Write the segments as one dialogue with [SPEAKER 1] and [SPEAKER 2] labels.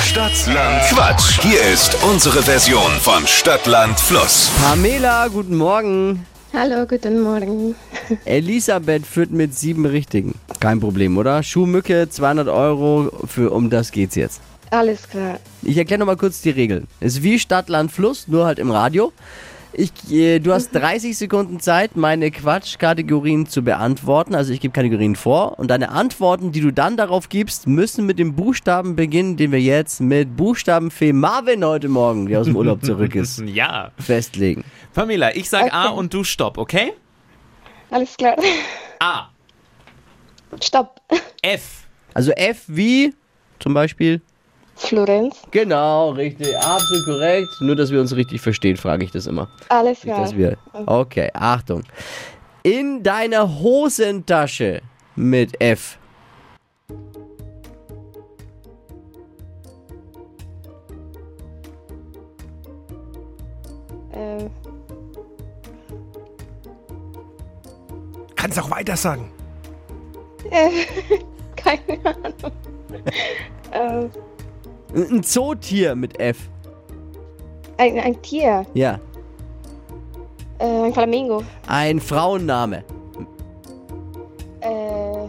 [SPEAKER 1] Stadtland Quatsch. Hier ist unsere Version von Stadtland Fluss.
[SPEAKER 2] Pamela, guten Morgen.
[SPEAKER 3] Hallo, guten Morgen.
[SPEAKER 2] Elisabeth führt mit sieben Richtigen. Kein Problem, oder? Schuhmücke, 200 Euro, für um das geht's jetzt.
[SPEAKER 3] Alles klar.
[SPEAKER 2] Ich erkläre nochmal kurz die Regeln. Es ist wie Stadt, Land, Fluss, nur halt im Radio. Ich, äh, du hast 30 Sekunden Zeit, meine Quatschkategorien zu beantworten. Also ich gebe Kategorien vor und deine Antworten, die du dann darauf gibst, müssen mit dem Buchstaben beginnen, den wir jetzt mit Buchstabenfee Marvin heute Morgen, der aus dem Urlaub zurück ist,
[SPEAKER 4] Ja.
[SPEAKER 2] festlegen.
[SPEAKER 4] Pamela, ich sag A und du stopp, okay?
[SPEAKER 3] Alles klar.
[SPEAKER 4] A,
[SPEAKER 3] Stopp.
[SPEAKER 4] F,
[SPEAKER 2] Also F wie zum Beispiel
[SPEAKER 3] Florenz.
[SPEAKER 2] Genau, richtig, absolut korrekt. Nur, dass wir uns richtig verstehen, frage ich das immer.
[SPEAKER 3] Alles
[SPEAKER 2] Nicht,
[SPEAKER 3] klar.
[SPEAKER 2] dass wir. Okay, Achtung. In deiner Hosentasche mit F.
[SPEAKER 3] Ähm,
[SPEAKER 5] Kannst auch weiter sagen.
[SPEAKER 3] keine Ahnung. ähm,
[SPEAKER 2] Ein Zootier mit F.
[SPEAKER 3] ein, ein Tier.
[SPEAKER 2] Ja.
[SPEAKER 3] Äh, ein Flamingo.
[SPEAKER 2] Ein Frauenname.
[SPEAKER 3] Äh,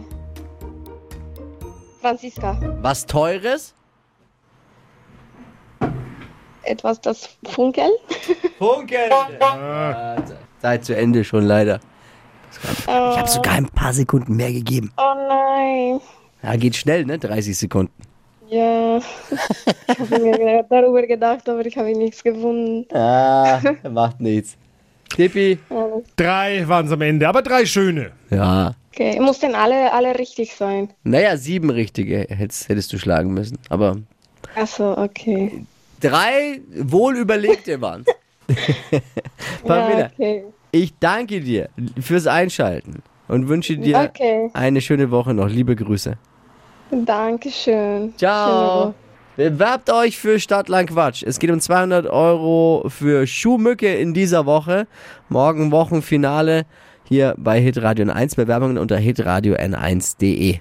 [SPEAKER 3] Franziska.
[SPEAKER 2] Was Teures?
[SPEAKER 3] Etwas, das funkelt.
[SPEAKER 2] Funken! Äh, Zeit zu Ende schon leider. Ich habe sogar ein paar Sekunden mehr gegeben.
[SPEAKER 3] Äh, Oh nein.
[SPEAKER 2] Ja, geht schnell, ne? 30 Sekunden.
[SPEAKER 3] Ja. ich habe mir darüber gedacht, aber ich habe nichts gefunden.
[SPEAKER 2] Ah, macht nichts. Tippi?
[SPEAKER 5] Drei waren es am Ende, aber drei schöne.
[SPEAKER 2] Ja.
[SPEAKER 3] Okay, mussten alle, alle richtig sein.
[SPEAKER 2] Naja, sieben richtige hättest, hättest du schlagen müssen. Aber
[SPEAKER 3] Achso, okay.
[SPEAKER 2] drei wohlüberlegte waren Pamela,
[SPEAKER 3] Ja, okay.
[SPEAKER 2] ich danke dir fürs Einschalten und wünsche dir
[SPEAKER 3] Okay.
[SPEAKER 2] eine schöne Woche noch. Liebe Grüße.
[SPEAKER 3] Dankeschön.
[SPEAKER 2] Ciao.
[SPEAKER 3] Schöne
[SPEAKER 2] Bewerbt euch für Stadtland Quatsch. Es geht um 200 Euro für Schuhmücke in dieser Woche. Morgen Wochenfinale hier bei Hitradio N1. Bewerbungen unter hitradio n1.de.